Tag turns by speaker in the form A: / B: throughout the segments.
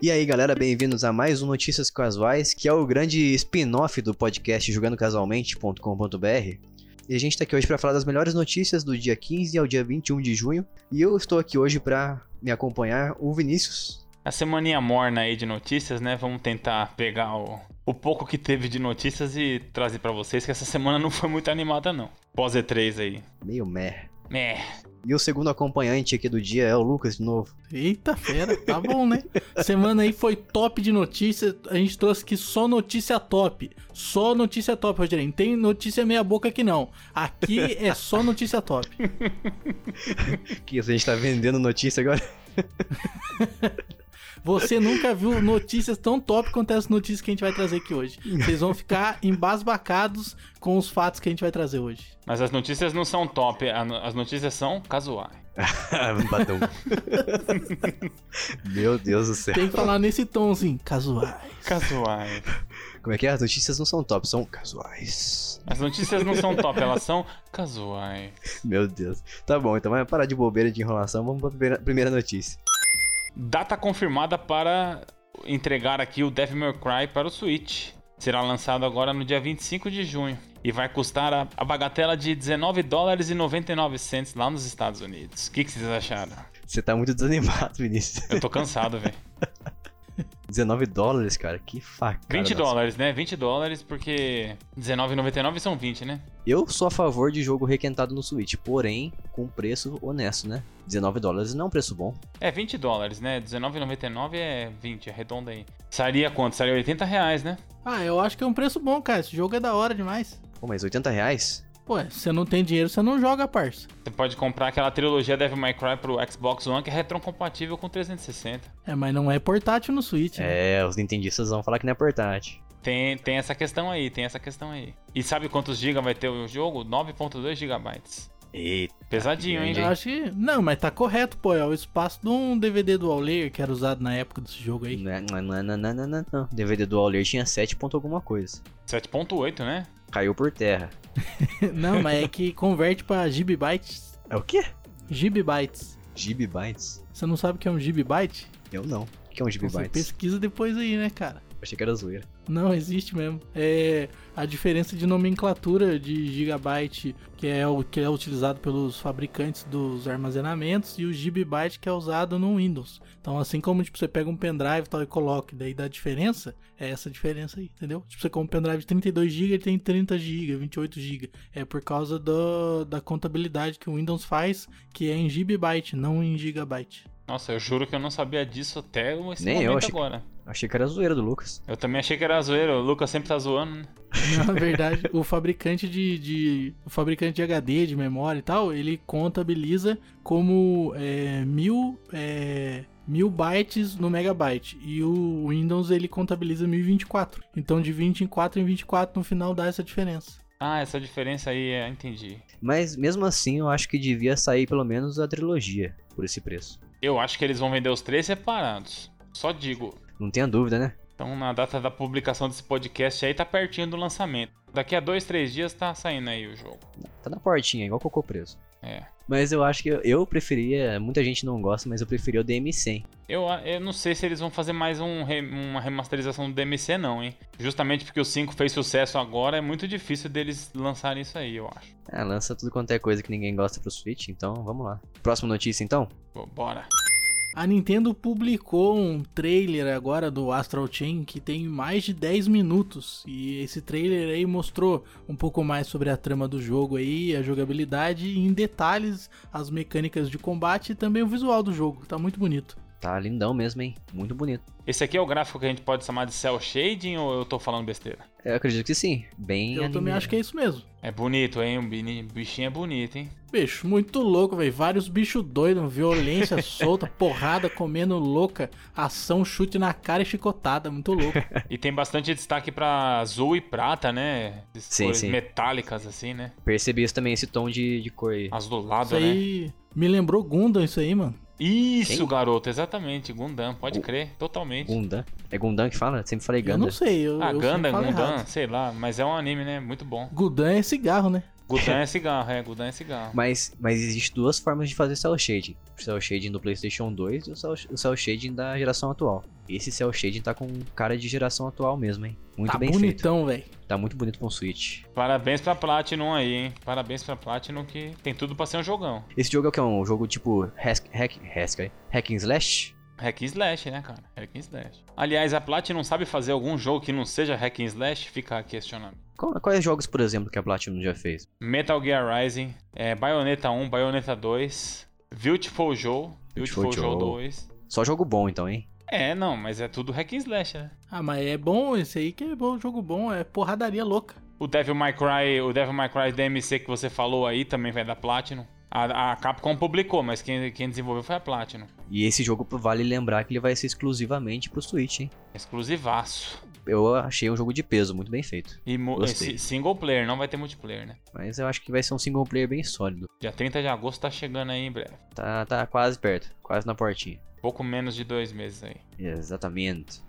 A: E aí, galera, bem-vindos a mais um Notícias Casuais, que é o grande spin-off do podcast jogandocasualmente.com.br. E a gente tá aqui hoje para falar das melhores notícias do dia 15 ao dia 21 de junho. E eu estou aqui hoje para me acompanhar o Vinícius.
B: A semaninha morna aí de notícias, né? Vamos tentar pegar o, o pouco que teve de notícias e trazer pra vocês, que essa semana não foi muito animada, não. Pós E3 aí.
A: Meio mer.
B: É,
A: E o segundo acompanhante aqui do dia é o Lucas de novo.
C: Eita fera, tá bom, né? Semana aí foi top de notícias. A gente trouxe aqui só notícia top. Só notícia top, Rogerinho. Não Tem notícia meia boca aqui não. Aqui é só notícia top.
A: Que isso, a gente tá vendendo notícia agora.
C: Você nunca viu notícias tão top quanto essas notícias que a gente vai trazer aqui hoje. Vocês vão ficar embasbacados com os fatos que a gente vai trazer hoje.
B: mas as notícias não são top, a no- as notícias são casuais.
A: Badum. Meu Deus do céu.
C: Tem que falar nesse tom assim, casuais.
B: Casuais.
A: Como é que é? As notícias não são top, são casuais.
B: As notícias não são top, elas são casuais.
A: Meu Deus. Tá bom, então vai parar de bobeira de enrolação. Vamos pra primeira, primeira notícia.
B: Data confirmada para entregar aqui o Devil May Cry para o Switch. Será lançado agora no dia 25 de junho e vai custar a, a bagatela de 19 dólares e 99 cents lá nos Estados Unidos. O que, que vocês acharam?
A: Você tá muito desanimado, Vinícius.
B: Eu tô cansado, velho.
A: 19 dólares, cara. Que facada.
B: 20
A: Nossa.
B: dólares, né? 20 dólares, porque 19,99 são 20, né?
A: Eu sou a favor de jogo requentado no Switch, porém, com preço honesto, né? 19 dólares não é um preço bom.
B: É 20 dólares, né? 19,99 é 20, arredonda aí. Sairia quanto? Sairia 80 reais, né?
C: Ah, eu acho que é um preço bom, cara. Esse jogo é da hora demais.
A: Pô, mas 80 reais?
C: Pô, se você não tem dinheiro, você não joga, parça.
B: Você pode comprar aquela trilogia Devil May Cry pro Xbox One que é retrocompatível com 360.
C: É, mas não é portátil no Switch, né?
A: É, os nintendistas vão falar que não é portátil.
B: Tem, tem essa questão aí, tem essa questão aí. E sabe quantos GB vai ter o jogo? 9.2 GB.
A: Eita.
B: Pesadinho, hein,
A: Ah, grande,
C: Eu
B: gente?
C: acho que. Não, mas tá correto, pô. É o espaço de um DVD do All Layer que era usado na época desse jogo aí.
A: Não, é- não, é- não, é- não, é- não, é- não, é- não, é- não. DVD do All Layer tinha 7 ponto alguma coisa.
B: 7.8, né?
A: Caiu por terra.
C: não, mas é que converte pra gigabytes.
A: É o quê?
C: Gigabytes.
A: Gibibytes?
C: Você não sabe o que é um gigabyte?
A: Eu não. O que é um
C: Então Você
A: gibibytes?
C: pesquisa depois aí, né, cara?
A: Achei que era zoeira.
C: Não, existe mesmo. É a diferença de nomenclatura de gigabyte, que é o que é utilizado pelos fabricantes dos armazenamentos, e o gigabyte que é usado no Windows. Então, assim como tipo, você pega um pendrive e tal e coloca, e daí dá diferença, é essa diferença aí, entendeu? Tipo, você compra um pendrive de 32 GB, ele tem 30 GB, 28 GB. É por causa do- da contabilidade que o Windows faz, que é em gigabyte, não em gigabyte.
B: Nossa, eu juro que eu não sabia disso até esse
A: Nem eu
B: momento
A: achei que-
B: agora.
A: Achei que era zoeira do Lucas.
B: Eu também achei que era zoeiro, o Lucas sempre tá zoando, né?
C: Na verdade, o fabricante de, de- o fabricante de HD, de memória e tal, ele contabiliza como é, mil, é, mil bytes no megabyte. E o Windows ele contabiliza 1024. Então de 24 em 24 no final dá essa diferença.
B: Ah, essa diferença aí, é, entendi.
A: Mas mesmo assim, eu acho que devia sair pelo menos a trilogia por esse preço.
B: Eu acho que eles vão vender os três separados. Só digo.
A: Não tenha dúvida, né?
B: Então, na data da publicação desse podcast aí, tá pertinho do lançamento. Daqui a dois, três dias tá saindo aí o jogo.
A: Tá na portinha, igual cocô preso.
B: É.
A: Mas eu acho que eu, eu preferia. Muita gente não gosta, mas eu preferia o DM100.
B: Eu, a- eu não sei se eles vão fazer mais um re- uma remasterização do DMC, não, hein? Justamente porque o 5 fez sucesso agora, é muito difícil deles lançarem isso aí, eu acho.
A: Ah, lança tudo quanto é coisa que ninguém gosta pro Switch, então vamos lá. Próxima notícia então?
B: Pô, bora.
C: A Nintendo publicou um trailer agora do Astral Chain que tem mais de 10 minutos. E esse trailer aí mostrou um pouco mais sobre a trama do jogo aí, a jogabilidade e em detalhes as mecânicas de combate e também o visual do jogo, que tá muito bonito.
A: Tá lindão mesmo, hein? Muito bonito.
B: Esse aqui é o gráfico que a gente pode chamar de cel shading ou eu tô falando besteira?
A: Eu acredito que sim. Bem. né?
C: Eu também acho que é isso mesmo.
B: É bonito, hein? O bini- bichinho é bonito, hein?
C: Bicho, muito louco, velho. Vários bichos doidos, violência solta, porrada, comendo louca, ação, chute na cara e chicotada, muito louco.
B: E tem bastante destaque pra azul e prata, né? Essas
A: Sim,
B: cores
A: sim.
B: metálicas, assim, né?
A: Percebi isso também, esse tom de, de cor aí.
B: Azulado, né?
C: Isso aí me lembrou Gundam isso aí, mano.
B: Isso,
A: Quem?
B: garoto, exatamente. Gundam, pode
A: O-
B: crer, totalmente.
A: Gundam. É Gundam que fala? Sempre falei
C: Eu
A: Gundam.
C: não sei, eu,
B: ah,
C: eu sempre
B: Gundam,
C: falo
B: Gundam,
C: errado.
B: sei lá, mas é um anime, né? Muito bom.
C: Gudan é cigarro, né?
B: Gudan é cigarro, é, Gudan é cigarro.
A: Mas, mas existe duas formas de fazer cel shading. O cel shading do PlayStation 2 e o cel, o cel shading da geração atual. Esse cel shading tá com cara de geração atual mesmo, hein? Muito
C: tá
A: bem
C: bonitão, velho.
A: feito. Tá muito bonito com o Switch.
B: Parabéns pra Platinum aí, hein? Parabéns pra Platinum que tem tudo pra ser um jogão.
A: Esse jogo é o que? É um jogo tipo hack, hack, hack, aí. hack and slash?
B: Hack and slash, né, cara? Hack and slash. Aliás, a Platinum sabe fazer algum jogo que não seja hack and slash? Fica a questionamento.
A: Qual- quais jogos, por exemplo, que a Platinum já fez?
B: Metal Gear Rising, é, Bayonetta 1, Bayonetta 2, Beautiful Joe, Beautiful,
A: Beautiful
B: Joe
A: Joe.
B: 2.
A: Só jogo bom, então, hein?
B: É, não, mas é tudo hack and slash, né?
C: Ah, mas é bom esse aí que é bom, jogo bom, é porradaria louca.
B: O Devil May Cry, o Devil May Cry DMC que você falou aí também vai da Platinum. A, a Capcom publicou, mas quem, quem desenvolveu foi a Platinum.
A: E esse jogo vale lembrar que ele vai ser exclusivamente pro Switch, hein?
B: Exclusivaço.
A: Eu achei um jogo de peso, muito bem feito.
B: E mu-
A: Gostei.
B: si- single player, não vai ter multiplayer, né?
A: Mas eu acho que vai ser um single player bem sólido.
B: Dia 30 de agosto tá chegando aí em breve.
A: Tá, tá quase perto, quase na portinha.
B: Pouco menos de dois meses aí.
A: Exatamente.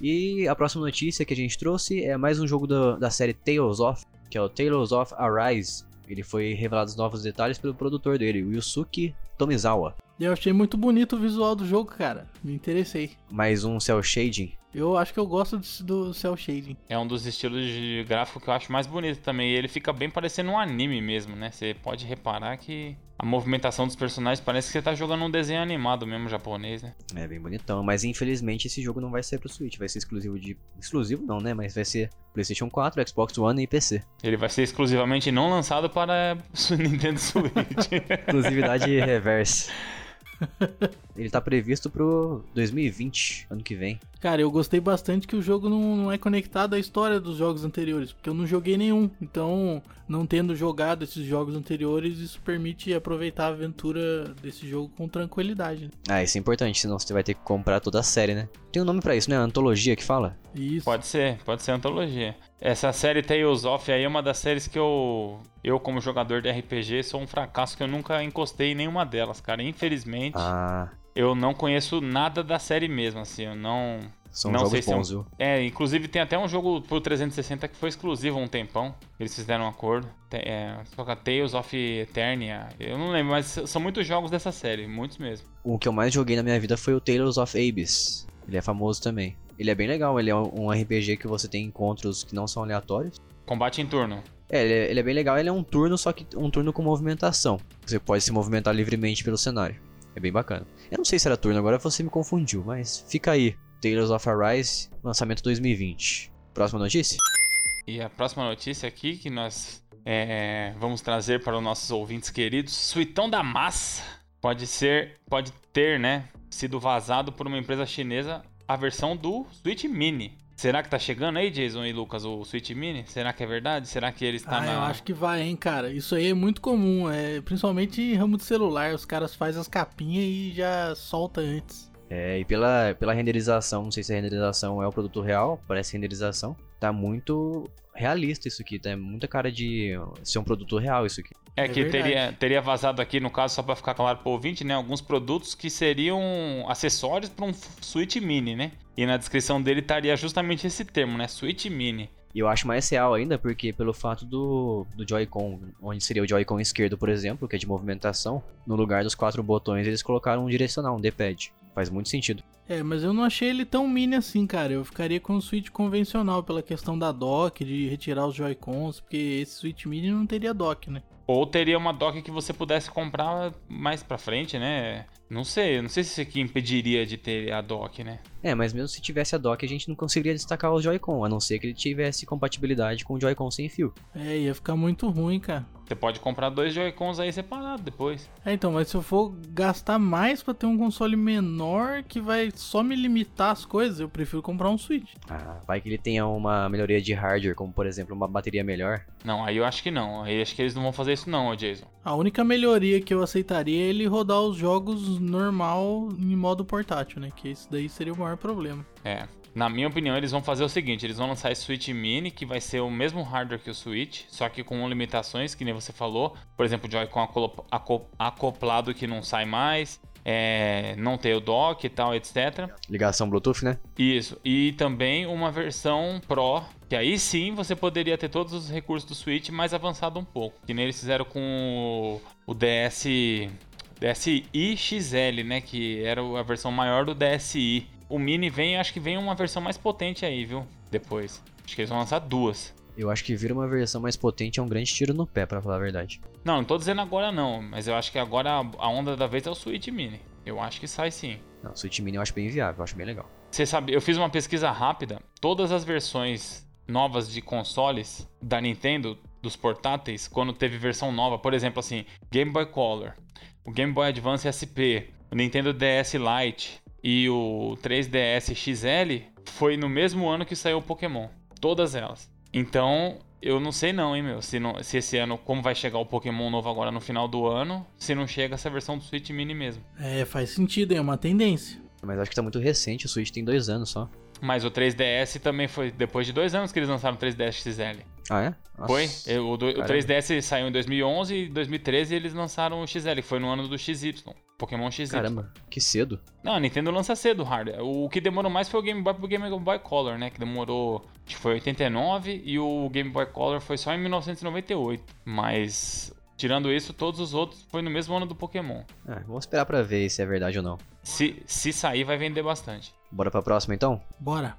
A: E a próxima notícia que a gente trouxe é mais um jogo da- da série Tales of, que é o Tales of Arise. Ele foi revelado os novos detalhes pelo produtor dele, o Yusuke Tomizawa.
C: E eu achei muito bonito o visual do jogo, cara. Me interessei.
A: Mais um cel shading.
C: Eu acho que eu gosto desse- do cel shading.
B: É um dos estilos de gráfico que eu acho mais bonito também. E ele fica bem parecendo um anime mesmo, né? Você pode reparar que a movimentação dos personagens parece que você tá jogando um desenho animado mesmo japonês, né?
A: É bem bonitão, mas infelizmente esse jogo não vai sair pro Switch, vai ser exclusivo de exclusivo não, né, mas vai ser PlayStation 4, Xbox One e PC.
B: Ele vai ser exclusivamente não lançado para Nintendo Switch.
A: Exclusividade reversa. Ele tá previsto pro 2020, ano que vem.
C: Cara, eu gostei bastante que o jogo não, não é conectado à história dos jogos anteriores, porque eu não joguei nenhum. Então, não tendo jogado esses jogos anteriores, isso permite aproveitar a aventura desse jogo com tranquilidade. né?
A: Ah, isso é importante, senão você vai ter que comprar toda a série, né? Tem um nome pra isso, né? Antologia que fala?
C: E Isso.
B: Pode ser, pode ser antologia. Essa série Tales of aí é uma das séries que eu, eu como jogador de RPG, sou um fracasso que eu nunca encostei em nenhuma delas, cara. Infelizmente,
A: Ah,
B: eu não conheço nada da série mesmo, assim, eu não...
A: são
B: Não sei
A: jogos
B: se é um-
A: bons, viu?
B: É, inclusive tem até um jogo pro 360 que foi exclusivo há um tempão, eles fizeram um acordo, Te- é, só que a Tales of Eternia, eu não lembro, mas são muitos jogos dessa série, muitos mesmo.
A: O Um que eu mais joguei na minha vida foi o Tales of Abyss. Ele é famoso também. Ele é bem legal, ele é um RPG que você tem encontros que não são aleatórios.
B: Combate em turno.
A: É, ele é, ele é bem legal, ele é um turno, só que um turno com movimentação. Você pode se movimentar livremente pelo cenário. É bem bacana. Eu não sei se era turno, agora você me confundiu, mas fica aí. Tales of Arise, lançamento 2020. Próxima notícia?
B: E a próxima notícia aqui que nós é, vamos trazer para os nossos ouvintes queridos, Suitão da Massa pode ser, pode ter, né, sido vazado por uma empresa chinesa a versão do Switch Mini. Será que tá chegando aí, Jason e Lucas, o Switch Mini? Será que é verdade? Será que ele está
C: ah,
B: na
C: eu acho que vai, hein, cara. Isso aí é muito comum, é, principalmente em ramo de celular. Os caras fazem as capinhas e já solta antes.
A: É, e pela, pela renderização, não sei se a renderização é o produto real, parece renderização, tá muito realista isso aqui, tá muita cara de ser um produto real isso aqui.
B: É
C: É
B: que
C: verdade.
B: teria, teria vazado aqui, no caso, só pra ficar claro pro ouvinte, né? Alguns produtos que seriam acessórios pra um Switch Mini, né? E na descrição dele estaria justamente esse termo, né? Switch Mini.
A: E eu acho mais real ainda porque pelo fato do, do Joy-Con, onde seria o Joy-Con esquerdo, por exemplo, que é de movimentação, no lugar dos quatro botões eles colocaram um direcional, um D-pad. Faz muito sentido.
C: É, mas eu não achei ele tão mini assim, cara. Eu ficaria com o Switch convencional pela questão da dock, de retirar os Joy-Cons, porque esse Switch mini não teria dock, né?
B: Ou teria uma dock que você pudesse comprar mais pra frente, né? Não sei, não sei se isso aqui impediria de ter a dock, né?
A: É, mas mesmo se tivesse a dock a gente não conseguiria destacar o Joy-Con, a não ser que ele tivesse compatibilidade com o Joy-Con sem fio.
C: É, ia ficar muito ruim, cara.
B: Você pode comprar dois Joy-Cons aí separados depois.
C: É, então, mas se eu for gastar mais pra ter um console menor que vai só me limitar as coisas, eu prefiro comprar um Switch.
A: Ah, vai que ele tenha uma melhoria de hardware, como por exemplo uma bateria melhor.
B: Não, aí eu acho que não. Aí acho que eles não vão fazer isso não, ô Jason.
C: A única melhoria que eu aceitaria é ele rodar os jogos normal em modo portátil, né? Que esse daí seria o maior problema.
B: É. Na minha opinião, eles vão fazer o seguinte: eles vão lançar esse Switch Mini, que vai ser o mesmo hardware que o Switch, só que com limitações, que nem você falou. Por exemplo, o Joy-Con acolo- aco- acoplado que não sai mais. é, não ter o dock e tal, etc.
A: Ligação Bluetooth, né?
B: Isso. E também uma versão Pro, que aí sim você poderia ter todos os recursos do Switch mais avançado um pouco. Que nem eles fizeram com o, o DS. DSi XL, né? Que era a versão maior do DSi. O Mini vem, acho que vem uma versão mais potente aí, viu? Depois. Acho que eles vão lançar duas.
A: Eu acho que vir uma versão mais potente é um grande tiro no pé, pra falar a verdade.
B: Não, não tô dizendo agora não, mas eu acho que agora a onda da vez é o Switch Mini. Eu acho que sai sim.
A: Não, Switch Mini eu acho bem viável, eu acho bem legal.
B: Você sabe, eu fiz uma pesquisa rápida. Todas as versões novas de consoles da Nintendo, dos portáteis, quando teve versão nova, por exemplo, assim, Game Boy Color, o Game Boy Advance SP, o Nintendo DS Lite e o 3DS XL, foi no mesmo ano que saiu o Pokémon. Todas elas. Então, eu não sei não, hein, meu. Se, não, se esse ano, como vai chegar o Pokémon novo agora no final do ano, se não chega essa versão do Switch Mini mesmo.
C: É, faz sentido, é uma tendência.
A: Mas acho que tá muito recente, o Switch tem dois anos só.
B: Mas o 3DS também foi depois de dois anos que eles lançaram o 3DS XL.
A: Ah, é? Nossa,
B: Foi? Eu- O, do- o
A: Caramba.
B: 3DS saiu em 2011 e em 2013 eles lançaram o XL, que foi no ano do XY. Pokémon XY.
A: Caramba, que cedo.
B: Não, a Nintendo lança cedo o hardware. O que demorou mais foi o Game Boy pro Game Boy Color, né? Que demorou, acho que foi 89 e o Game Boy Color foi só em 1998. Mas, tirando isso, todos os outros foi no mesmo ano do Pokémon.
A: É, vamos esperar pra ver se é verdade ou não.
B: Se, se sair, vai vender bastante.
A: Bora pra próxima então?
C: Bora!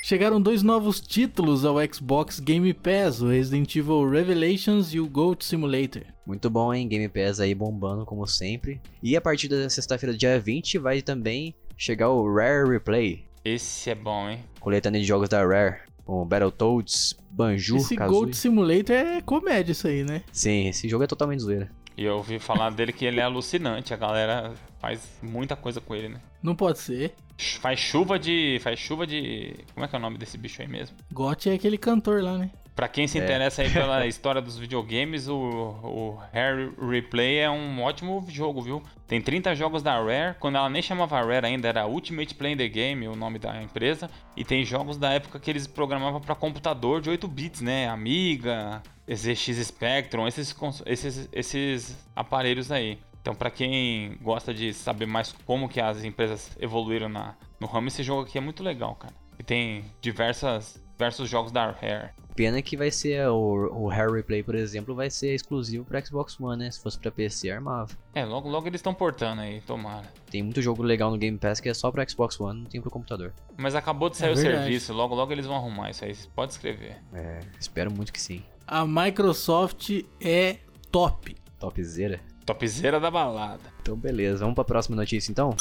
C: Chegaram dois novos títulos ao Xbox Game Pass, o Resident Evil Revelations e o Goat Simulator.
A: Muito bom, hein? Game Pass aí bombando como sempre. E a partir da sexta-feira, dia 20, vai também chegar o Rare Replay,
B: Esse é bom, hein?
A: coletânea de jogos da Rare, com Battletoads, Banjo,
C: Esse
A: Kazooie.
C: Goat Simulator é comédia isso aí, né?
A: Sim, esse jogo é totalmente zoeira.
B: E eu ouvi falar dele que ele é alucinante. A galera faz muita coisa com ele, né?
C: Não pode ser.
B: Ch- Faz chuva de. Faz chuva de. Como é que é o nome desse bicho aí mesmo?
C: Goat é aquele cantor lá, né?
B: Pra quem se
A: É.
B: interessa aí pela história dos videogames, o, o Rare Replay é um ótimo jogo, viu? Tem 30 jogos da Rare, quando ela nem chamava Rare ainda, era Ultimate Play in the Game, o nome da empresa. E tem jogos da época que eles programavam pra computador de 8 bits, né? Amiga, ZX Spectrum, esses, cons- esses, esses aparelhos aí. Então, pra quem gosta de saber mais como que as empresas evoluíram na, no ramo, esse jogo aqui é muito legal, cara. E tem diversas, diversos jogos da Rare.
A: Pena que vai ser o, o Rare Replay, por exemplo, vai ser exclusivo pra Xbox One, né? Se fosse pra PC, armava.
B: É, logo, logo eles estão portando aí, tomara.
A: Tem muito jogo legal no Game Pass que é só pra Xbox One, não tem pro computador.
B: Mas acabou de sair o
C: É verdade.
B: serviço, logo, logo eles vão arrumar isso aí. Pode escrever.
A: É, espero muito que sim.
C: A Microsoft é top.
A: Topzera.
B: Topzera da balada.
A: Então beleza, vamos pra próxima notícia então?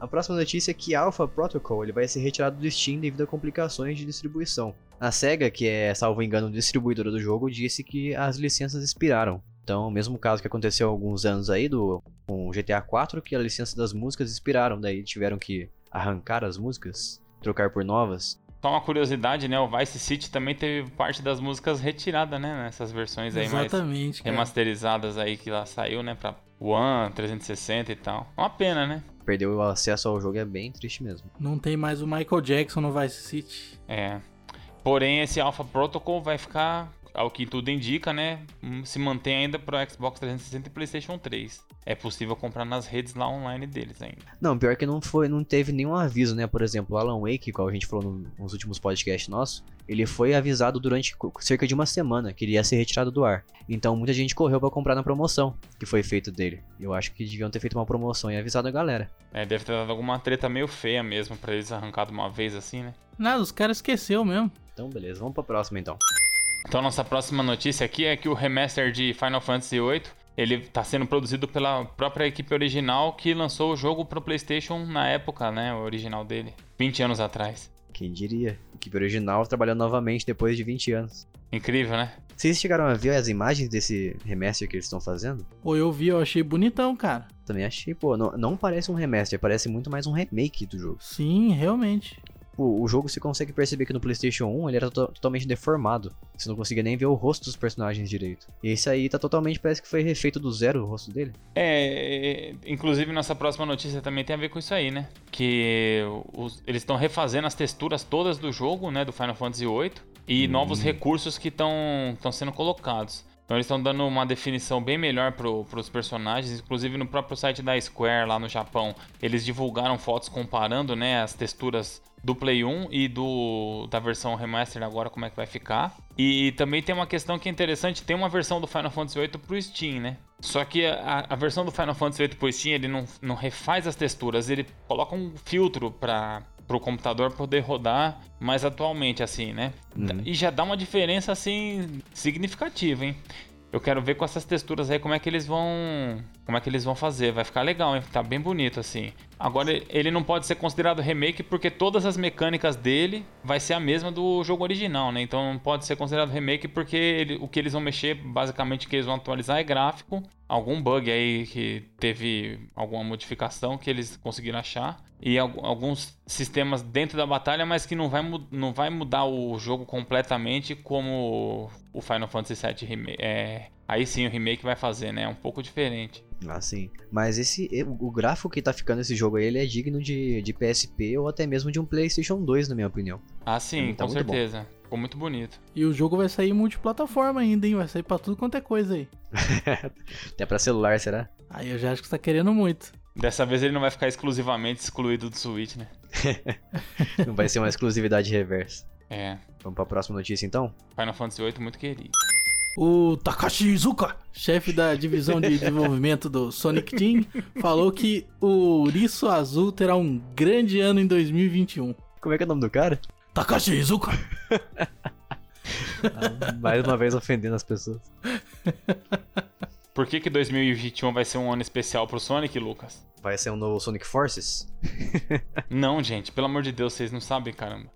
A: A próxima notícia é que Alpha Protocol ele vai ser retirado do Steam devido a complicações de distribuição. A SEGA, que é, salvo engano, distribuidora do jogo, disse que as licenças expiraram. Então, o mesmo caso que aconteceu há alguns anos aí do com o GTA IV, que a licença das músicas expiraram, daí tiveram que arrancar as músicas, trocar por novas.
B: Só uma curiosidade, né? O Vice City também teve parte das músicas retirada, né? Nessas versões aí mais
C: Exatamente, É. cara.
B: remasterizadas aí que lá saiu, né? Pra One, 360 e tal. Uma pena, né?
A: Perdeu o acesso ao jogo é bem triste mesmo.
C: Não tem mais o Michael Jackson no Vice City.
B: É. Porém, esse Alpha Protocol vai ficar, ao que tudo indica, né? hum, Se mantém ainda pro Xbox 360 e PlayStation 3. É possível comprar nas redes lá online deles ainda.
A: Não, pior que não foi, não teve nenhum aviso, né? Por exemplo, o Alan Wake, qual a gente falou no- nos últimos podcasts nossos, ele foi avisado durante co- cerca de uma semana que ele ia ser retirado do ar. Então muita gente correu pra comprar na promoção que foi feito dele. Eu acho que deviam ter feito uma promoção e avisado a galera.
B: É, deve ter dado alguma treta meio feia mesmo pra eles arrancar de uma vez assim, né?
C: Nada, os caras esqueceu mesmo.
A: Então beleza, vamos pra próxima então.
B: Então nossa próxima notícia aqui é que o remaster de Final Fantasy VIII ele tá sendo produzido pela própria equipe original que lançou o jogo pro PlayStation na época, né? O original dele, 20 anos atrás.
A: Quem diria? A equipe original trabalhou novamente depois de 20 anos.
B: Incrível, né?
A: Vocês chegaram a ver as imagens desse remaster que eles estão fazendo?
C: Ou eu vi, eu achei bonitão, cara.
A: Também achei, pô, não, não parece um remaster, parece muito mais um remake do jogo.
C: Sim, realmente.
A: Tipo, o jogo você consegue perceber que no PlayStation 1 ele era to- totalmente deformado. Você não conseguia nem ver o rosto dos personagens direito. E esse aí tá totalmente, parece que foi refeito do zero o rosto dele.
B: É, é, inclusive nossa próxima notícia também tem a ver com isso aí, né? Que os- eles estão refazendo as texturas todas do jogo, né? Do Final Fantasy VIII e novos recursos que estão sendo colocados. Então eles estão dando uma definição bem melhor para os personagens, inclusive no próprio site da Square lá no Japão, eles divulgaram fotos comparando, né, as texturas do Play 1 e do da versão remaster agora como é que vai ficar. E também tem uma questão que é interessante, tem uma versão do Final Fantasy VIII pro Steam, né? Só que a, a versão do Final Fantasy VIII pro Steam, ele não, não refaz as texturas, ele coloca um filtro para pro computador poder rodar mais atualmente assim, né?
A: Uhum.
B: E já dá uma diferença assim significativa, hein? Eu quero ver com essas texturas aí como é que eles vão, como é que eles vão fazer. Vai ficar legal, hein? Tá bem bonito assim. Agora ele não pode ser considerado remake porque todas as mecânicas dele vai ser a mesma do jogo original, né? Então não pode ser considerado remake porque ele- o que eles vão mexer, basicamente o que eles vão atualizar é gráfico, algum bug aí que teve alguma modificação que eles conseguiram achar e al- alguns sistemas dentro da batalha, mas que não vai, mu- não vai mudar o jogo completamente como o Final Fantasy VII Remake. É, aí sim o remake vai fazer, né? É um pouco diferente.
A: Ah, sim. Mas esse, o gráfico que tá ficando esse jogo aí, ele é digno de, de PSP ou até mesmo de um PlayStation 2, na minha opinião.
B: Ah, sim,
A: Tá
B: com
A: muito bom.
B: certeza. Ficou muito bonito.
C: E o jogo vai sair multiplataforma ainda, hein? Vai sair pra tudo quanto é coisa aí.
A: Até pra celular, será?
C: Aí eu já acho que você tá querendo muito.
B: Dessa vez ele não vai ficar exclusivamente excluído do Switch, né?
A: Não vai ser uma exclusividade reversa.
B: É.
A: Vamos pra próxima notícia então?
B: Final Fantasy VIII muito querido.
C: O Takashi Iizuka, chefe da divisão de desenvolvimento do Sonic Team, falou que o Ouriço Azul terá um grande ano em 2021.
A: Como é que é o nome do cara?
C: Takashi Iizuka!
A: Mais uma vez ofendendo as pessoas.
B: Por que, que 2021 vai ser um ano especial pro Sonic, Lucas?
A: Vai ser um novo Sonic Forces?
B: Não, gente, pelo amor de Deus, vocês não sabem, caramba.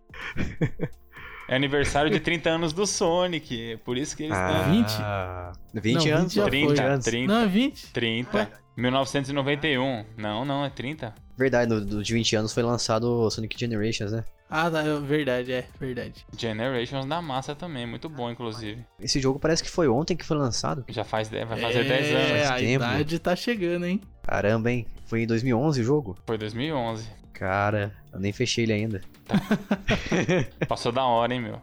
B: É aniversário de 30 anos do Sonic, é por isso que eles
A: Ah.
B: estão.
A: 20? 20
C: Não,
A: anos?
C: 20 já
A: 30
C: foi.
A: anos.
B: 30,
C: Não é 20?
B: 30. 1991. Não, não, é 30.
A: Verdade, no, do de 20 anos foi lançado o Sonic Generations, né?
C: Ah, tá, é verdade, é verdade.
B: Generations da massa também, muito bom, inclusive.
A: Esse jogo parece que foi ontem que foi lançado.
B: Já faz, de- vai fazer
C: é,
B: 10 anos.
C: a
A: Tempo.
C: idade tá chegando, hein?
A: Caramba, hein? Foi em 2011 o jogo?
B: Foi 2011.
A: Cara, eu nem fechei ele ainda.
B: Passou da hora, hein, meu?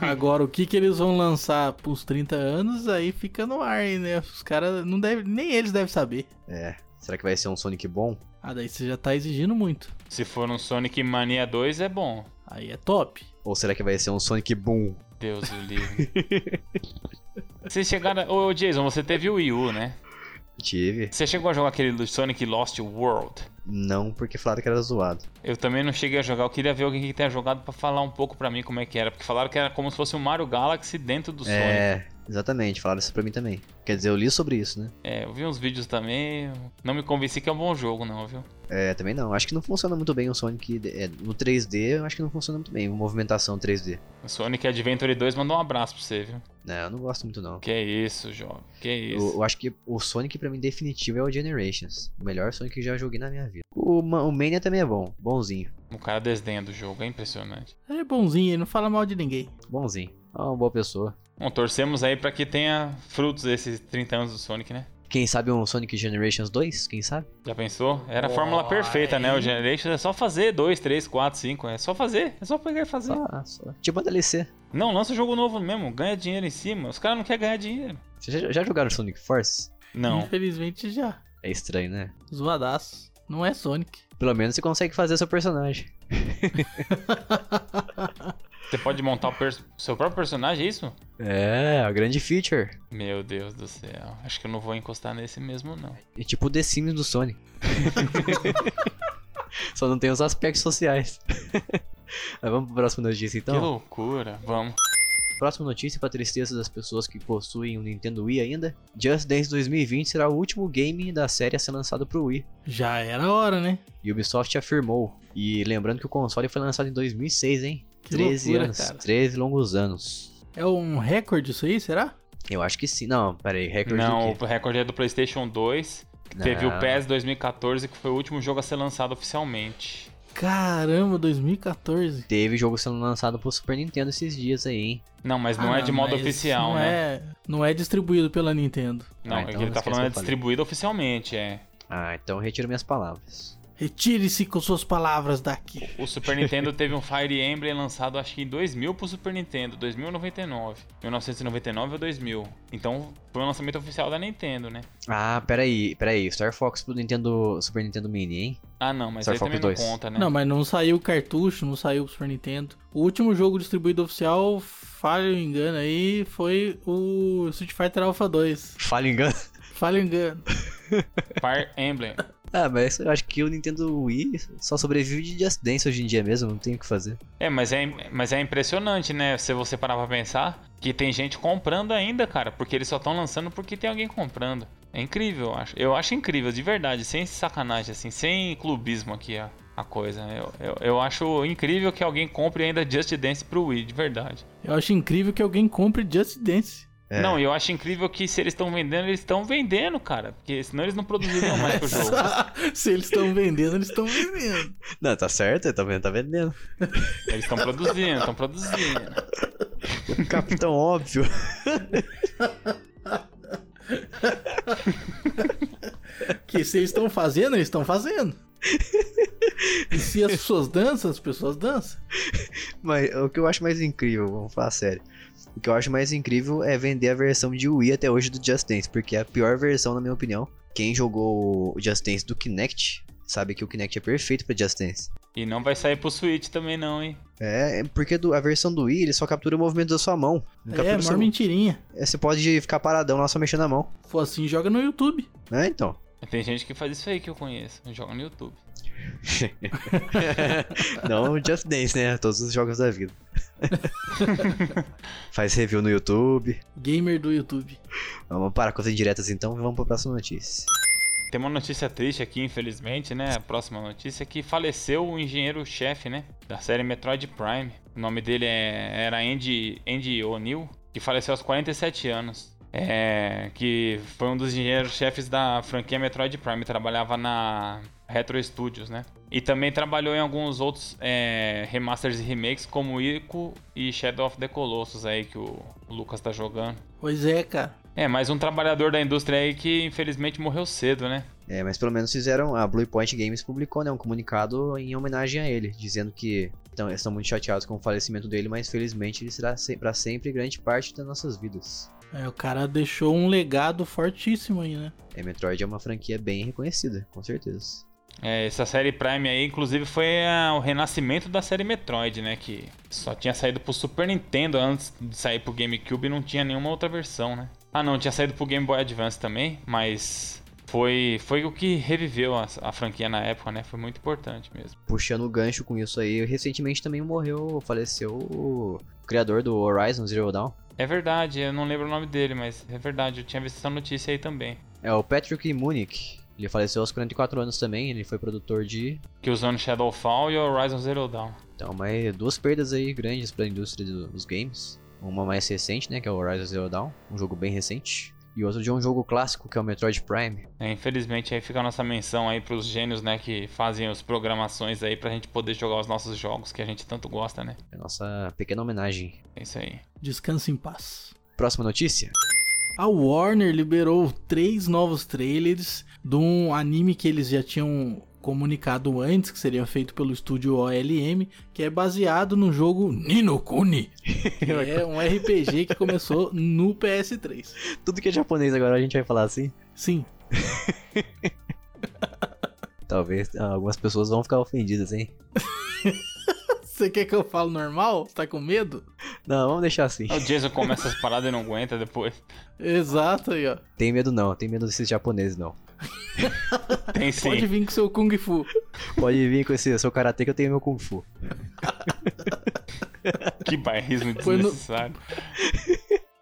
C: Agora, o que que eles vão lançar pros 30 anos, aí fica no ar, hein, né? Os caras não devem, nem eles devem saber.
A: É, será que vai ser um Sonic bom?
C: Ah, daí você já tá exigindo muito.
B: Se for um Sonic Mania 2, é bom.
C: Aí é top.
A: Ou será que vai ser um Sonic boom?
B: Deus o livre. Vocês chegaram. Ô, Jason, você teve o Wii U, né?
A: Tive?
B: Você chegou a jogar aquele do Sonic Lost World?
A: Não, porque falaram que era zoado.
B: Eu também não cheguei a jogar, eu queria ver alguém que tenha jogado pra falar um pouco pra mim como é que era, porque falaram que era como se fosse um Mario Galaxy dentro do Sonic.
A: É, exatamente, falaram isso pra mim também. Quer dizer, eu li sobre isso, né?
B: É, eu vi uns vídeos também, não me convenci que é um bom jogo não, viu?
A: É, também não. Acho que não funciona muito bem o Sonic é, no 3D, eu acho que não funciona muito bem, movimentação 3D.
B: O Sonic Adventure 2 mandou um abraço pra você, viu?
A: Não, Né, eu não gosto muito não.
B: Que é isso, jovem, que é
A: Eu,
B: isso.
A: eu acho que o Sonic pra mim definitivo é o Generations. O melhor Sonic que eu já joguei na minha vida. O, Ma- o Mania também é bom, bonzinho,
B: O cara desenha do jogo, é impressionante.
C: Ele é bonzinho, ele não fala mal de ninguém.
A: bonzinho. É uma boa pessoa.
B: Bom, torcemos aí pra que tenha frutos esses 30 anos do Sonic, né?
A: Quem sabe um Sonic Generations 2? Quem sabe?
B: Já pensou? Era a
C: Ó,
B: fórmula perfeita, né? O
C: hein?
B: Generation é só fazer 2, 3, 4, 5, é só fazer, é só pegar e fazer.
A: Só, só. Tipo a DLC.
B: Não, lança um jogo novo mesmo, ganha dinheiro em cima. Os caras não querem ganhar dinheiro.
A: Vocês já, já jogaram Sonic Force?
B: Não.
C: Infelizmente já.
A: É estranho, né?
C: Zoadaço. Não é Sonic.
A: Pelo menos você consegue fazer seu personagem.
B: Você pode montar o pers- seu próprio personagem, é isso?
A: É, a grande feature.
B: Meu Deus do céu. Acho que eu não vou encostar nesse mesmo, não.
A: É tipo o The Sims do Sonic. Só não tem os aspectos sociais. Mas vamos pra próxima notícia
B: Que
A: então.
B: loucura. Vamos.
A: Próxima notícia pra tristeza das pessoas que possuem um Nintendo Wii ainda. Just Dance 2020 será o último game da série a ser lançado pro Wii.
C: Já era a hora, né?
A: Ubisoft afirmou. E lembrando que o console foi lançado em 2006, hein?
C: Que
A: 13
C: loucura,
A: anos.
C: cara.
A: 13 longos anos.
C: É um recorde isso aí, será?
A: Eu acho que sim. Não, peraí, recorde
B: Não,
A: do Ah.
B: o recorde é do PlayStation 2.
A: quê?
B: Teve
A: Não.
B: o PES 2014, que foi o último jogo a ser lançado oficialmente.
C: Caramba, 2014.
A: Teve jogo sendo lançado pro Super Nintendo esses dias aí, hein?
B: Não, mas não
C: Ah,
B: é de modo
C: mas
B: oficial,
C: não
B: né?
C: É, não é distribuído pela Nintendo.
B: Não,
A: Ah,
B: o
A: então
B: que ele
A: esquece
B: tá
A: o que
B: falando é
A: eu falei.
B: distribuído oficialmente, é.
A: Ah, então eu retiro minhas palavras.
C: Retire-se com suas palavras daqui.
B: O Super Nintendo teve um Fire Emblem lançado acho que em 2000 pro Super Nintendo, 2099. 1999 ou 2000. Então foi o lançamento oficial da Nintendo, né?
A: Ah, peraí, peraí. Star Fox pro Nintendo, Super Nintendo Mini, hein?
B: Ah não, mas
A: Star
B: aí
A: Fox
B: também
A: 2.
B: não conta, né?
C: Não, mas não saiu cartucho, não saiu pro Super Nintendo. O último jogo distribuído oficial, falho e engano aí, foi o Street Fighter Alpha 2.
A: Falha engano.
C: Falho e engano.
B: Fire Emblem.
A: Ah, mas eu acho que o Nintendo Wii só sobrevive de Just Dance hoje em dia mesmo, não tem o que fazer.
B: É, mas é, mas é impressionante, né? Se você parar pra pensar, que tem gente comprando ainda, cara, porque eles só estão lançando porque tem alguém comprando. É incrível, eu acho. Eu acho incrível, de verdade, sem sacanagem, assim, sem clubismo aqui a, a coisa. né, Eu, eu, eu acho incrível que alguém compre ainda Just Dance pro Wii, de verdade.
C: Eu acho incrível que alguém compre Just Dance.
A: É.
B: Não, e eu acho incrível que se eles estão vendendo, eles estão vendendo, cara. Porque senão eles não produziriam mais pro jogo.
C: Se eles estão vendendo, eles estão vendendo.
A: Não, tá certo, tá vendo, tá vendendo.
B: Eles estão produzindo, estão produzindo.
A: Capitão óbvio.
C: Que se eles estão fazendo, eles estão fazendo. E se as pessoas dançam, as pessoas dançam.
A: Mas o que eu acho mais incrível, vamos falar sério. O que eu acho mais incrível é vender a versão de Wii até hoje do Just Dance, porque é a pior versão, na minha opinião. Quem jogou o Just Dance do Kinect sabe que o Kinect é perfeito pra Just Dance.
B: E não vai sair pro Switch também, não, hein?
A: É, é porque do- a versão do Wii ele só captura o movimento da sua mão. Não
C: é,
A: captura o
C: maior
A: seu-
C: mentirinha.
A: é, Você pode ficar paradão lá só mexendo a mão.
C: Foi assim, joga no YouTube.
A: É, então.
B: Tem gente que faz isso aí que eu conheço, joga no YouTube.
A: Não o Just Dance, né? Todos os jogos da vida. Faz review no YouTube.
C: Gamer do YouTube.
A: Vamos parar com as indiretas então e vamos pra próxima notícia.
B: Tem uma notícia triste aqui, infelizmente, né? A próxima notícia é que faleceu o engenheiro-chefe, né? Da série Metroid Prime. O nome dele é- era Andy, Andy O'Neill, que faleceu aos 47 anos. É, que foi um dos engenheiros-chefes da franquia Metroid Prime. Trabalhava na Retro Studios, né? E também trabalhou em alguns outros é, remasters e remakes, como Ico e Shadow of the Colossus aí, que o Lucas tá jogando.
C: Pois é, cara.
B: É, mais um trabalhador da indústria aí que infelizmente morreu cedo, né?
A: É, mas pelo menos fizeram. A Blue Point Games publicou né, um comunicado em homenagem a ele, dizendo que tão- estão muito chateados com o falecimento dele, mas felizmente ele será se, para sempre grande parte das nossas vidas.
C: É, o cara deixou um legado fortíssimo aí, né?
A: É, Metroid é uma franquia bem reconhecida, com certeza.
B: É, essa série Prime aí, inclusive, foi a- o renascimento da série Metroid, né? Que só tinha saído pro Super Nintendo antes de sair pro GameCube e não tinha nenhuma outra versão, né? Ah, não, tinha saído pro Game Boy Advance também, mas foi, foi o que reviveu a, a franquia na época, né? Foi muito importante mesmo.
A: Puxando o gancho com isso aí, recentemente também morreu, faleceu o criador do Horizon Zero Dawn.
B: É verdade, eu não lembro o nome dele, mas é verdade, eu tinha visto essa notícia aí também.
A: É o Patrick Munich. Ele faleceu aos 44 anos também, ele foi produtor de.
B: Que usando Shadowfall e Horizon Zero Dawn.
A: Então, mas duas perdas aí grandes pra indústria do- dos games. Uma mais recente, né, que é o Horizon Zero Dawn, um jogo bem recente. E outro de um jogo clássico, que é o Metroid Prime.
B: É, infelizmente aí fica a nossa menção aí pros gênios, né, que fazem as programações aí pra gente poder jogar os nossos jogos que a gente tanto gosta, né?
A: É a nossa pequena homenagem.
B: É isso aí.
C: Descansa em paz.
A: Próxima notícia?
C: A Warner liberou três novos trailers de um anime que eles já tinham comunicado antes, que seria feito pelo estúdio OLM, que é baseado no jogo Nino Kuni, que é um RPG que começou no PS3.
A: Tudo que é japonês agora a gente vai falar assim.
C: Sim,
A: Talvez ah, algumas pessoas vão ficar ofendidas, hein?
C: você quer que eu fale normal? Você tá com medo?
A: Não, vamos deixar assim.
B: O Jason começa as paradas e não aguenta depois.
C: Exato aí, ó.
A: Tem medo não, tem medo desses japoneses não.
B: Tem
C: Pode
B: sim.
C: vir com seu Kung Fu.
A: Pode vir com esse seu karatê que eu tenho meu kung fu.
B: Que bairrismo
C: Foi no-
B: desnecessário.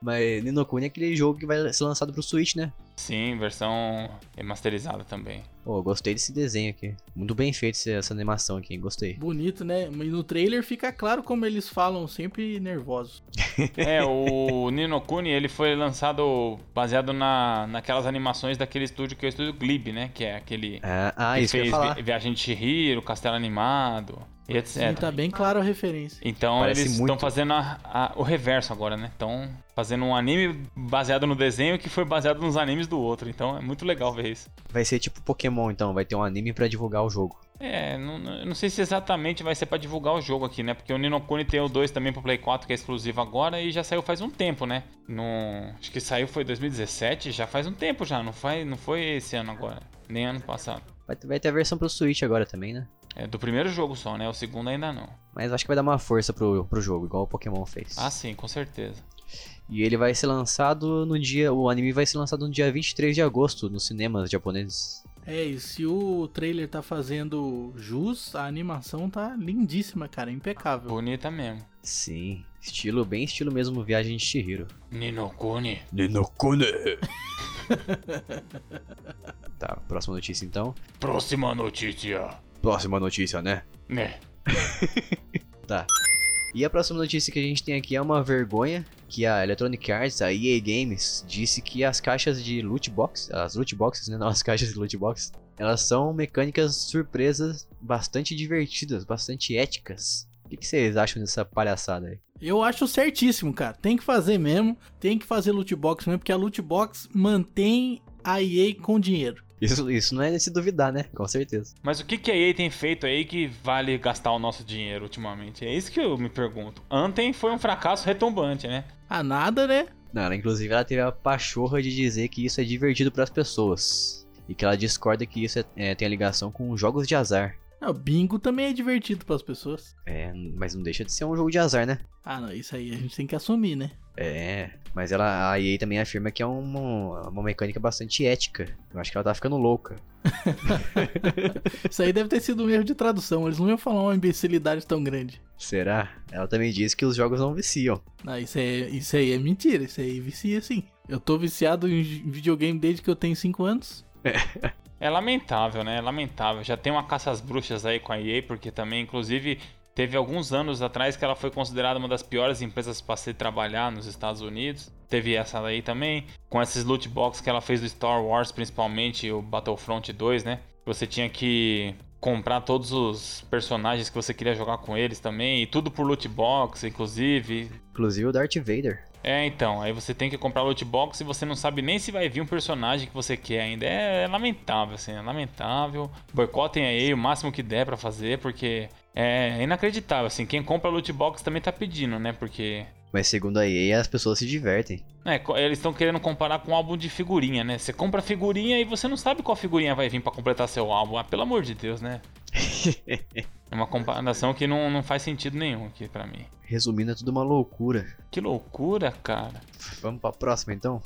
A: Mas Ninokuni é aquele jogo que vai ser lançado pro Switch, né?
B: Sim, versão remasterizada também.
A: Pô, eu gostei desse desenho aqui. Muito bem feito esse- essa animação aqui, hein? gostei.
C: Bonito, né? Mas no trailer fica claro como eles falam, sempre nervosos.
B: É, o Nino Kuni, ele foi lançado baseado na, naquelas animações daquele estúdio que é o estúdio Glib, né? Que é aquele
A: Ah, ah
B: que
A: isso que eu ia
B: fez
A: falar.
B: Vi- Viagem de Chihiro, Castelo Animado. e etc.
C: E tá bem claro a referência.
B: Então
A: Parece
B: eles
A: muito.
B: estão fazendo a- a- o reverso agora, né? Estão fazendo um anime baseado no desenho que foi baseado nos animes do outro. Então é muito legal ver isso.
A: Vai ser tipo Pokémon, então. Vai ter um anime pra divulgar o jogo.
B: É, não, não- eu não sei se exatamente vai ser pra divulgar o jogo aqui, né? Porque o Ninokuni tem o 2 também pro Play 4, que é exclusivo agora, e já saiu faz um tempo, né? No, acho que saiu foi 2017, já faz um tempo já, não, faz, não foi esse ano agora, nem ano passado.
A: Vai ter, vai ter a versão pro Switch agora também, né?
B: É do primeiro jogo só, né? O segundo ainda não.
A: Mas acho que vai dar uma força pro, pro jogo, igual o Pokémon fez.
B: Ah, sim, com certeza.
A: E ele vai ser lançado no dia. O anime vai ser lançado no dia 23 de agosto nos cinemas japoneses.
C: É, e se o trailer tá fazendo jus, a animação tá lindíssima, cara, impecável.
B: Bonita mesmo.
A: Sim, estilo bem estilo mesmo Viagem de Shihiro.
B: Ninokuni.
A: Ninokune! tá, próxima notícia então.
B: Próxima notícia.
A: Próxima notícia, né?
B: Né?
A: E a próxima notícia que a gente tem aqui é uma vergonha que a Electronic Arts, a EA Games, disse que as caixas de loot box, as loot boxes, né, não as caixas de loot box, elas são mecânicas surpresas bastante divertidas, bastante éticas. O que, que vocês acham dessa palhaçada aí?
C: Eu acho certíssimo, cara. Tem que fazer mesmo, tem que fazer loot box mesmo, porque a loot box mantém a EA com dinheiro.
A: Isso, isso não é de se duvidar, né? Com certeza.
B: Mas o que, que a EA tem feito aí que vale gastar o nosso dinheiro ultimamente? É isso que eu me pergunto. Ontem foi um fracasso retumbante, né?
C: Ah, nada, né?
A: Não, ela, inclusive ela teve a pachorra de dizer que isso é divertido pras pessoas. E que ela discorda que isso é- é, tem a ligação com jogos de azar.
C: Ah, bingo também é divertido pras pessoas.
A: É, mas não deixa de ser um jogo de azar, né?
C: Ah, não, isso aí a gente tem que assumir, né?
A: É, mas ela, a EA também afirma que é uma, uma mecânica bastante ética. Eu acho que ela tá ficando louca.
C: Isso aí deve ter sido um erro de tradução, eles não iam falar uma imbecilidade tão grande.
A: Será? Ela também diz que os jogos não viciam.
C: Não, isso, é, isso aí é mentira, isso aí vicia sim. Eu tô viciado em j- videogame desde que eu tenho 5 anos.
B: É lamentável, né? É lamentável. Já tem uma caça às bruxas aí com a EA, porque também, inclusive, teve alguns anos atrás que ela foi considerada uma das piores empresas para se trabalhar nos Estados Unidos. Teve essa daí também, com esses loot box que ela fez do Star Wars, principalmente o Battlefront 2, né? Você tinha que comprar todos os personagens que você queria jogar com eles também, e tudo por loot box, inclusive.
A: Inclusive o Darth Vader.
B: É, então, aí você tem que comprar loot box e você não sabe nem se vai vir um personagem que você quer ainda. É, é lamentável, assim, é lamentável. Boicotem aí o máximo que der pra fazer, porque é inacreditável, assim. Quem compra loot box também tá pedindo, né? Porque
A: Mas segundo a EA, as pessoas se divertem.
B: é, co- eles estão querendo comparar com um álbum de figurinha, né? Você compra figurinha e você não sabe qual figurinha vai vir pra completar seu álbum. Ah, pelo amor de Deus, né? É uma comparação que não, não faz sentido nenhum aqui pra mim.
A: Resumindo, é tudo uma loucura.
B: Que loucura, cara.
A: Vamos pra próxima então?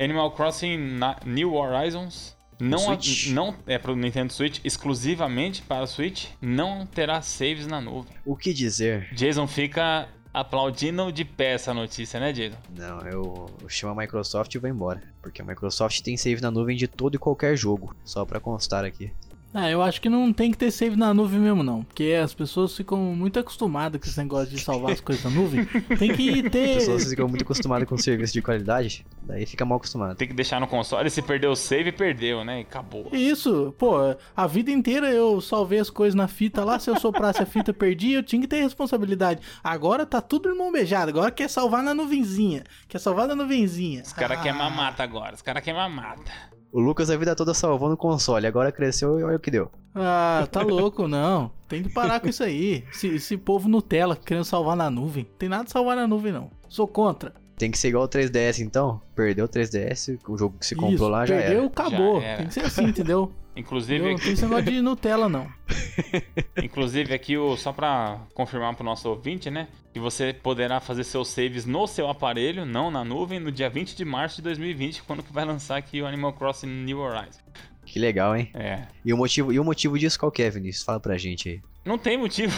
B: Animal Crossing na- New Horizons não, a-
A: Switch?
B: não é pro Nintendo Switch exclusivamente para a Switch, não terá saves na nuvem.
A: O que dizer?
B: Jason fica aplaudindo de pé essa notícia, né, Jason?
A: Não, eu, eu chamo a Microsoft e vou embora. Porque a Microsoft tem save na nuvem de todo e qualquer jogo. Só pra constar aqui.
C: Ah, eu acho que não tem que ter save na nuvem mesmo, não. Porque as pessoas ficam muito acostumadas com esse negócio de salvar as coisas na nuvem. Tem que
A: As pessoas
C: ter.
A: ficam muito acostumadas com serviço de qualidade. Daí fica mal acostumado.
B: Tem que deixar no console, se perdeu o save, perdeu, né? E acabou.
C: Isso, pô, a vida inteira eu salvei as coisas na fita lá, se eu soprasse a fita, perdi, eu tinha que ter responsabilidade. Agora tá tudo irmão beijado, agora quer salvar na nuvenzinha, quer salvar na nuvenzinha.
B: Os caras
C: Ah.
B: querem mamata agora, os caras querem mamata.
A: O Lucas a vida toda salvou no console, agora cresceu e olha o que deu.
C: Ah, tá louco, não. Tem que parar com isso aí. Esse, esse povo Nutella querendo salvar na nuvem. Tem nada de salvar na nuvem, não. Sou contra.
A: Tem que ser igual o 3DS então. Perdeu o 3DS, o jogo que se comprou
C: Isso,
A: lá já
C: perdeu,
A: era.
C: acabou.
B: Já era.
C: Tem que ser assim, entendeu?
B: Inclusive,
C: Eu não tem esse negócio de Nutella, não.
B: Inclusive aqui, o- só pra confirmar pro nosso ouvinte, né? Que você poderá fazer seus saves no seu aparelho, não na nuvem, no dia 20 de março de 2020, quando que vai lançar aqui o Animal Crossing New Horizons.
A: Que legal, hein?
B: É.
A: E o motivo, e o motivo disso qual que é, Vinícius? Fala pra gente aí.
B: Não tem motivo.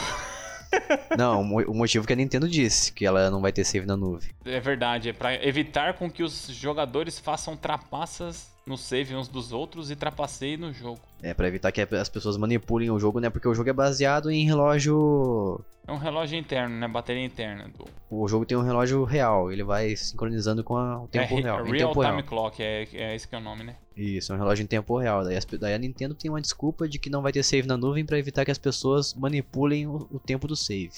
A: Não, o mo- o motivo que a Nintendo disse, que ela não vai ter save na nuvem.
B: É verdade, é pra evitar com que os jogadores façam trapaças no save uns dos outros e trapacei no jogo.
A: É, pra evitar que as pessoas manipulem o jogo, né? Porque o jogo é baseado em relógio.
B: É um relógio interno, né? Bateria interna. Do...
A: O jogo tem um relógio real, ele vai sincronizando com a- o tempo real.
B: é,
A: em
B: Real
A: tempo
B: Time
A: real.
B: Clock, é, é esse que é o nome, né?
A: Isso, é um relógio em tempo real. Daí, as pe- daí a Nintendo tem uma desculpa de que não vai ter save na nuvem pra evitar que as pessoas manipulem o, o tempo do save.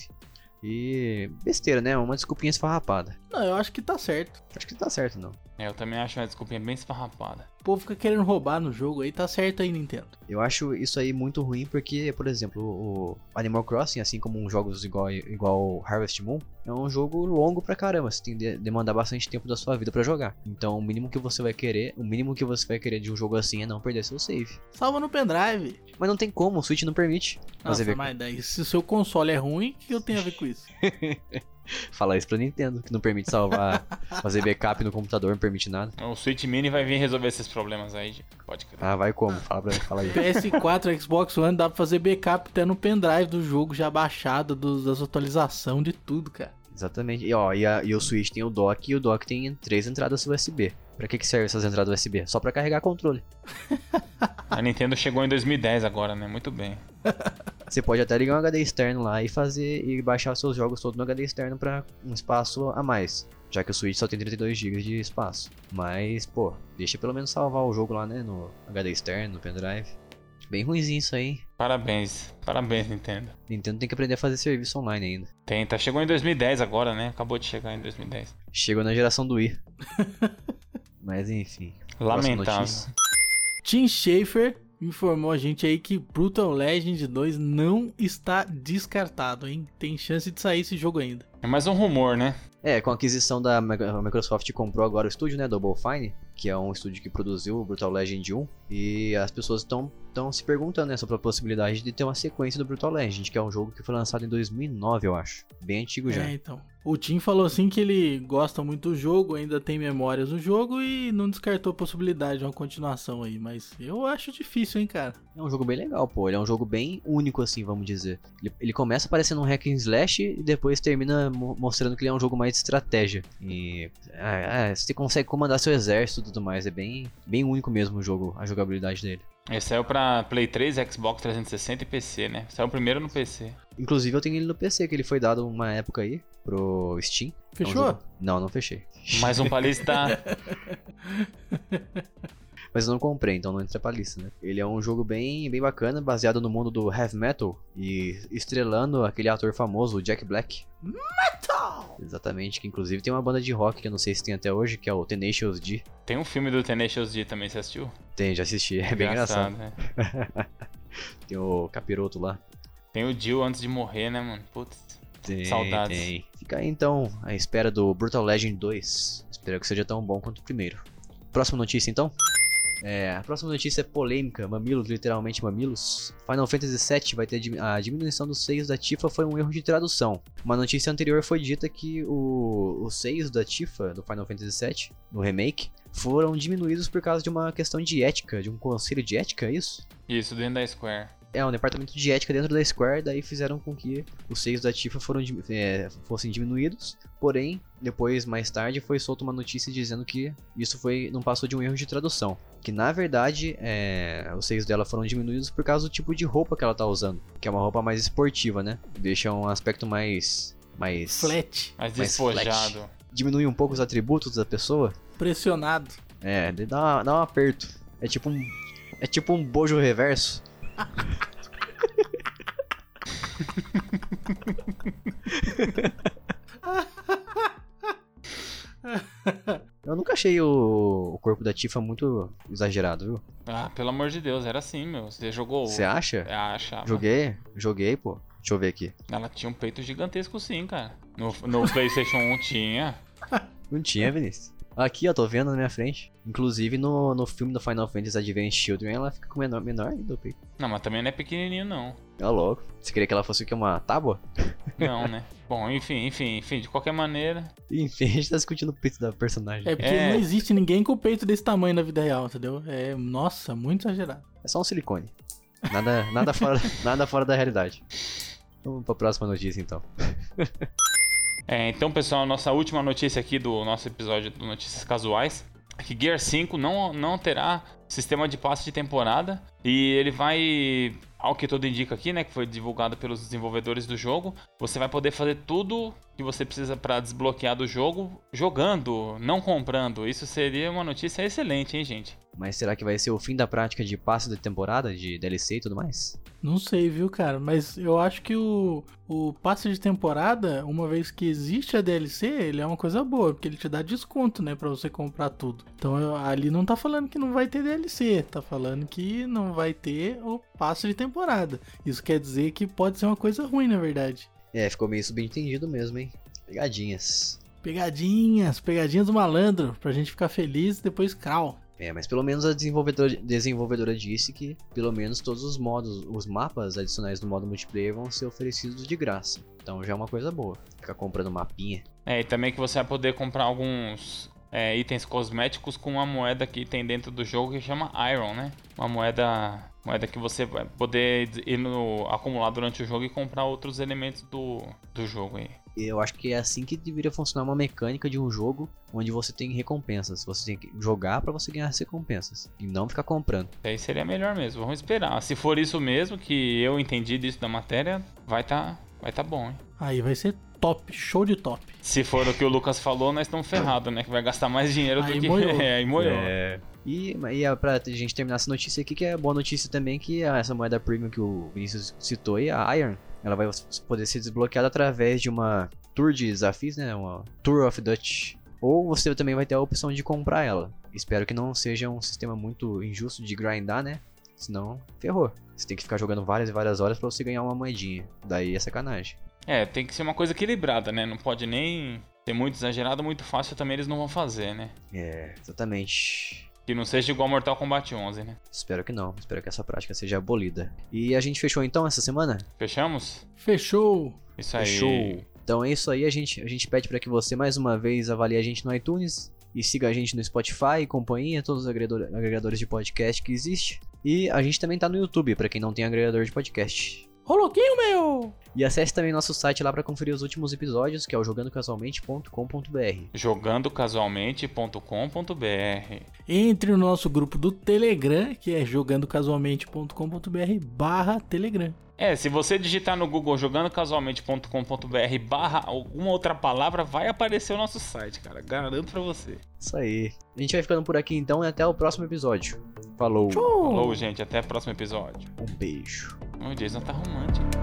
A: E. besteira, né? Uma desculpinha esfarrapada.
C: Não, eu acho que tá certo.
A: Acho que não tá certo, não.
B: É, eu também acho uma desculpinha bem esfarrapada.
C: O povo fica querendo roubar no jogo aí, tá certo aí, Nintendo.
A: Eu acho isso aí muito ruim porque, por exemplo, o Animal Crossing, assim como uns jogos igual, igual Harvest Moon, é um jogo longo pra caramba. Você tem que de- demandar bastante tempo da sua vida pra jogar. Então, o mínimo que você vai querer, o mínimo que você vai querer de um jogo assim é não perder seu save.
C: Salva no pendrive.
A: Mas não tem como, o Switch não permite.
C: Nossa,
A: Fazer ver-
C: mas daí, se o seu console é ruim, o que eu tenho a ver com isso?
A: Falar isso pra Nintendo, que não permite salvar, fazer backup no computador, não permite nada.
B: O Switch Mini vai vir resolver esses problemas aí, gente. pode crer.
A: Ah, vai como? Fala pra mim, fala aí.
C: PS4, Xbox One, dá pra fazer backup até no pendrive do jogo já baixado, dos, das atualizações, de tudo, cara.
A: Exatamente. E, ó, e, a- e o Switch tem o dock e o dock tem três entradas USB. Pra que, que serve essas entradas USB? Só pra carregar controle.
B: A Nintendo chegou em 2010 agora, né? Muito bem.
A: Você pode até ligar um HD externo lá e fazer e baixar os seus jogos todos no HD externo pra um espaço a mais, já que o Switch só tem 32 GB de espaço. Mas, pô, deixa pelo menos salvar o jogo lá, né, no HD externo, no pendrive. Bem ruimzinho isso aí. hein?
B: Parabéns. Parabéns, Nintendo.
A: Nintendo tem que aprender a fazer serviço online ainda.
B: Tenta. Chegou em 2010 agora, né? Acabou de chegar em 2010.
A: Chegou na geração do i. Mas enfim. Próxima
B: Lamentável.
A: notícia.
C: Tim Schafer informou a gente aí que Brutal Legend 2 não está descartado, hein? Tem chance de sair esse jogo ainda.
B: É mais um rumor, né?
A: É, com a aquisição da Mi- a Microsoft comprou agora o estúdio, né, Double Fine, que é um estúdio que produziu o Brutal Legend 1, e as pessoas estão estão se perguntando né, sobre a possibilidade de ter uma sequência do Brutal Legend, que é um jogo que foi lançado em 2009, eu acho. Bem antigo já.
C: É, então. O Tim falou assim que ele gosta muito do jogo, ainda tem memórias do jogo e não descartou a possibilidade de uma continuação aí, mas eu acho difícil, hein, cara.
A: É um jogo bem legal, pô. Ele é um jogo bem único, assim, vamos dizer. Ele, ele começa parecendo um hack and slash e depois termina mo- mostrando que ele é um jogo mais de estratégia. E ah, ah, você consegue comandar seu exército e tudo mais. É bem, bem único mesmo o jogo, a jogabilidade dele.
B: Ele É, saiu pra Play 3, Xbox 360 e PC, né? Saiu primeiro no PC.
A: Inclusive eu tenho ele no PC, que ele foi dado uma época aí pro Steam. É um
C: Fechou?
A: jogo- Não, não fechei.
B: Mais um pra lista.
A: Mas eu não comprei, então não entra pra lista, né? Ele é um jogo bem, bem bacana, baseado no mundo do heavy metal e estrelando aquele ator famoso, o Jack Black.
C: Tchau!
A: Exatamente, que inclusive tem uma banda de rock que eu não sei se tem até hoje, que é o Tenacious D.
B: Tem um filme do Tenacious D também, você assistiu?
A: Tem, já assisti, é bem engraçado.
B: né?
A: Tem o Capiroto lá.
B: Tem o Jill antes de morrer, né, mano? Putz.
A: Tem,
B: Saudades.
A: tem. Fica aí então à espera do Brutal Legend 2. Espero que seja tão bom quanto o primeiro. Próxima notícia então? É, a próxima notícia é polêmica. Mamilos, literalmente mamilos. Final Fantasy VII vai ter dimi- a diminuição dos seios da Tifa foi um erro de tradução. Uma notícia anterior foi dita que o, os seios da Tifa do Final Fantasy VII, no remake, foram diminuídos por causa de uma questão de ética, de um conselho de ética, é isso?
B: Isso, dentro da Square.
A: É, um departamento de ética dentro da Square, daí fizeram com que os seios da Tifa foram, dim- é, fossem diminuídos. Porém, depois, mais tarde, foi solta uma notícia dizendo que isso foi não passou de um erro de tradução. Que na verdade, é, os seios dela foram diminuídos por causa do tipo de roupa que ela tá usando. Que é uma roupa mais esportiva, né? Deixa um aspecto mais. mais.
C: Flat,
A: Mas
B: Mas despojado.
A: Diminui um pouco os atributos da pessoa.
C: pressionado.
A: É, daí dá, uma- dá um aperto. É tipo um. É tipo um bojo reverso. Eu nunca achei o, o corpo da Tifa muito exagerado, viu?
B: Ah, pelo amor de Deus, era assim, meu. Você jogou.
A: Você acha?
B: Ah, achava.
A: Joguei, joguei, pô. Deixa eu ver aqui.
B: Ela tinha um peito gigantesco sim, cara. No, no PlayStation 1 tinha.
A: Não tinha, Vinícius. É. Aqui, ó, tô vendo na minha frente. Inclusive no, no filme do Final Fantasy Advent Children, ela fica com menor, menor ainda o peito.
B: Não, mas também não é pequenininho, não.
A: É louco. Você queria que ela fosse o quê? Uma tábua?
B: Não, né? Bom, enfim, enfim, enfim. De qualquer maneira,
A: Enfim, a gente tá discutindo o peito da personagem.
C: É porque
B: É.
C: não existe ninguém com o peito desse tamanho na vida real, entendeu? É, nossa, muito exagerado.
A: É só um silicone. Nada, nada, fora, nada fora da realidade. Vamos pra próxima notícia então.
B: É, então, pessoal, nossa última notícia aqui do nosso episódio do Notícias Casuais que Gear 5 não, não terá sistema de passe de temporada e ele vai, ao que tudo indica aqui, né, que foi divulgado pelos desenvolvedores do jogo, você vai poder fazer tudo que você precisa para desbloquear do jogo jogando, não comprando. Isso seria uma notícia excelente, hein, gente?
A: Mas será que vai ser o fim da prática de passe de temporada, de DLC e tudo mais?
C: Não sei, viu, cara? Mas eu acho que o, o passe de temporada, uma vez que existe a DLC, ele é uma coisa boa, porque ele te dá desconto, né, pra você comprar tudo. Então eu- ali não tá falando que não vai ter DLC, tá falando que não vai ter o passe de temporada. Isso quer dizer que pode ser uma coisa ruim, na verdade.
A: É, ficou meio subentendido mesmo, hein? Pegadinhas.
C: Pegadinhas, pegadinhas do malandro, pra gente ficar feliz e depois cal.
A: É, mas pelo menos a desenvolvedora, desenvolvedora disse que pelo menos todos os modos, os mapas adicionais do modo multiplayer vão ser oferecidos de graça. Então já é uma coisa boa. Ficar comprando mapinha.
B: É, e também que você vai poder comprar alguns é, itens cosméticos com uma moeda que tem dentro do jogo que chama Iron, né? Uma moeda, moeda que você vai poder ir no, acumular durante o jogo e comprar outros elementos do, do jogo aí.
A: E Eu acho que é assim que deveria funcionar uma mecânica de um jogo onde você tem recompensas. Você tem que jogar pra você ganhar as recompensas. E não ficar comprando.
B: Aí seria melhor mesmo, vamos esperar. Se for isso mesmo, que eu entendi disso da matéria, vai tá, vai tá bom, hein?
C: Aí vai ser top, show de top.
B: Se for o que o Lucas falou, nós estamos ferrados, né? Que vai gastar mais dinheiro
C: Aí
B: do que...
C: moiou.
B: é, aí moiou.
A: E, e é pra gente terminar essa notícia aqui, que é boa notícia também, que é essa moeda premium que o Vinícius citou aí, a Iron, ela vai poder ser desbloqueada através de uma tour de desafios, né? Uma Tour of Dutch. Ou você também vai ter a opção de comprar ela. Espero que não seja um sistema muito injusto de grindar, né? Senão, ferrou. Você tem que ficar jogando várias e várias horas pra você ganhar uma moedinha. Daí é sacanagem.
B: É, tem que ser uma coisa equilibrada, né? Não pode nem ser muito exagerado, muito fácil também eles não vão fazer, né?
A: É, exatamente.
B: Que não seja igual Mortal Kombat 11, né?
A: Espero que não. Espero que essa prática seja abolida. E a gente fechou então essa semana?
B: Fechamos?
C: Fechou!
B: Isso aí.
A: Show. Então é isso aí, a gente, a gente pede para que você mais uma vez avalie a gente no iTunes e siga a gente no Spotify, companhia, todos os agregador- agregadores de podcast que existe. E a gente também tá no YouTube, para quem não tem agregador de podcast.
C: Ô louquinho, meu!
A: E acesse também nosso site lá para conferir os últimos episódios, que é o jogandocasualmente.com.br.
B: Jogandocasualmente.com.br
C: Entre no nosso grupo do Telegram, que é jogandocasualmente.com.br barra Telegram.
B: É, se você digitar no Google jogandocasualmente.com.br barra alguma outra palavra, vai aparecer o nosso site, cara. Garanto pra você.
A: Isso aí. A gente vai ficando por aqui então e até o próximo episódio. Falou,
C: Tchau!
B: Falou, gente. Até o próximo episódio.
A: um beijo.
B: O Jason tá romântico.